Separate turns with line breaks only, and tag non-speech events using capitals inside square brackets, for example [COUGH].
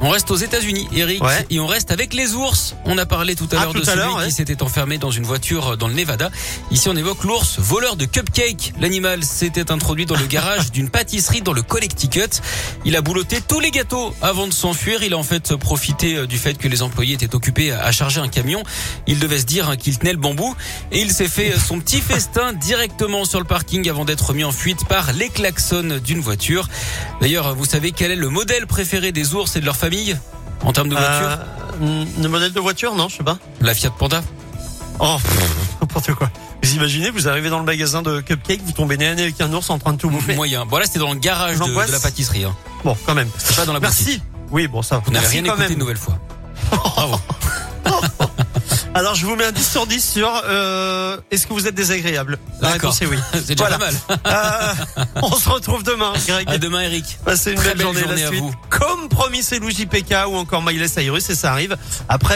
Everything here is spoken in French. On reste aux États-Unis, Eric,
Ouais.
et on reste avec les ours. On a parlé tout à
Ah,
l'heure
tout
de
à
celui
l'heure, ouais.
qui s'était enfermé dans une voiture dans le Nevada. Ici, on évoque l'ours voleur de cupcakes. L'animal s'était introduit dans le garage d'une pâtisserie dans le Connecticut. Il a boulotté tous les gâteaux avant de s'enfuir. Il a en fait profité euh, du fait que les employés étaient occupés à à charger un camion. Il devait se dire hein, qu'il tenait le bambou et il s'est fait euh, son petit festin directement sur le parking avant d'être mis en fuite par les klaxons d'une voiture. D'ailleurs, vous savez quel est le modèle préféré des ours et de leur famille en termes de voiture
Euh, le modèle de voiture, non, je sais pas.
La Fiat Panda.
Oh, [LAUGHS] pff, n'importe quoi. Vous imaginez, vous arrivez dans le magasin de cupcakes, vous tombez nez à nez avec un ours en train de tout bouffer.
Moyen. Bon là, c'était dans le garage de,
L'angoisse.
de la pâtisserie. Hein.
Bon, quand même.
C'est pas dans la boutique.
Merci. Oui, bon, ça.
Vous n'avez
Merci
rien
quand
écouté
même.
une nouvelle fois. [LAUGHS] Bravo.
Alors, je vous mets un 10 sur 10 sur euh, est-ce que vous êtes désagréable La
D'accord.
réponse est oui.
[LAUGHS] C'est déjà
Voilà.
pas mal.
Euh, [LAUGHS] on se retrouve demain, Greg.
À demain, Eric.
Passez une
Très
belle,
belle
journée,
journée
la
à
suite.
vous.
Comme promis, c'est Louis JPK ou encore Miley Cyrus et ça arrive après.